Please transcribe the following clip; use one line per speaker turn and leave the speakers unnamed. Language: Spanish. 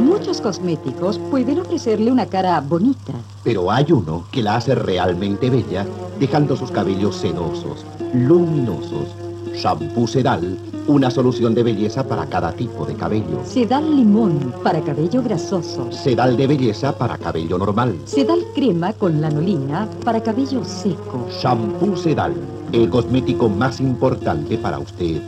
Muchos cosméticos pueden ofrecerle una cara bonita.
Pero hay uno que la hace realmente bella, dejando sus cabellos sedosos, luminosos. Shampoo Sedal, una solución de belleza para cada tipo de cabello.
Sedal limón para cabello grasoso.
Sedal de belleza para cabello normal.
Sedal crema con lanolina para cabello seco.
Shampoo Sedal, el cosmético más importante para usted.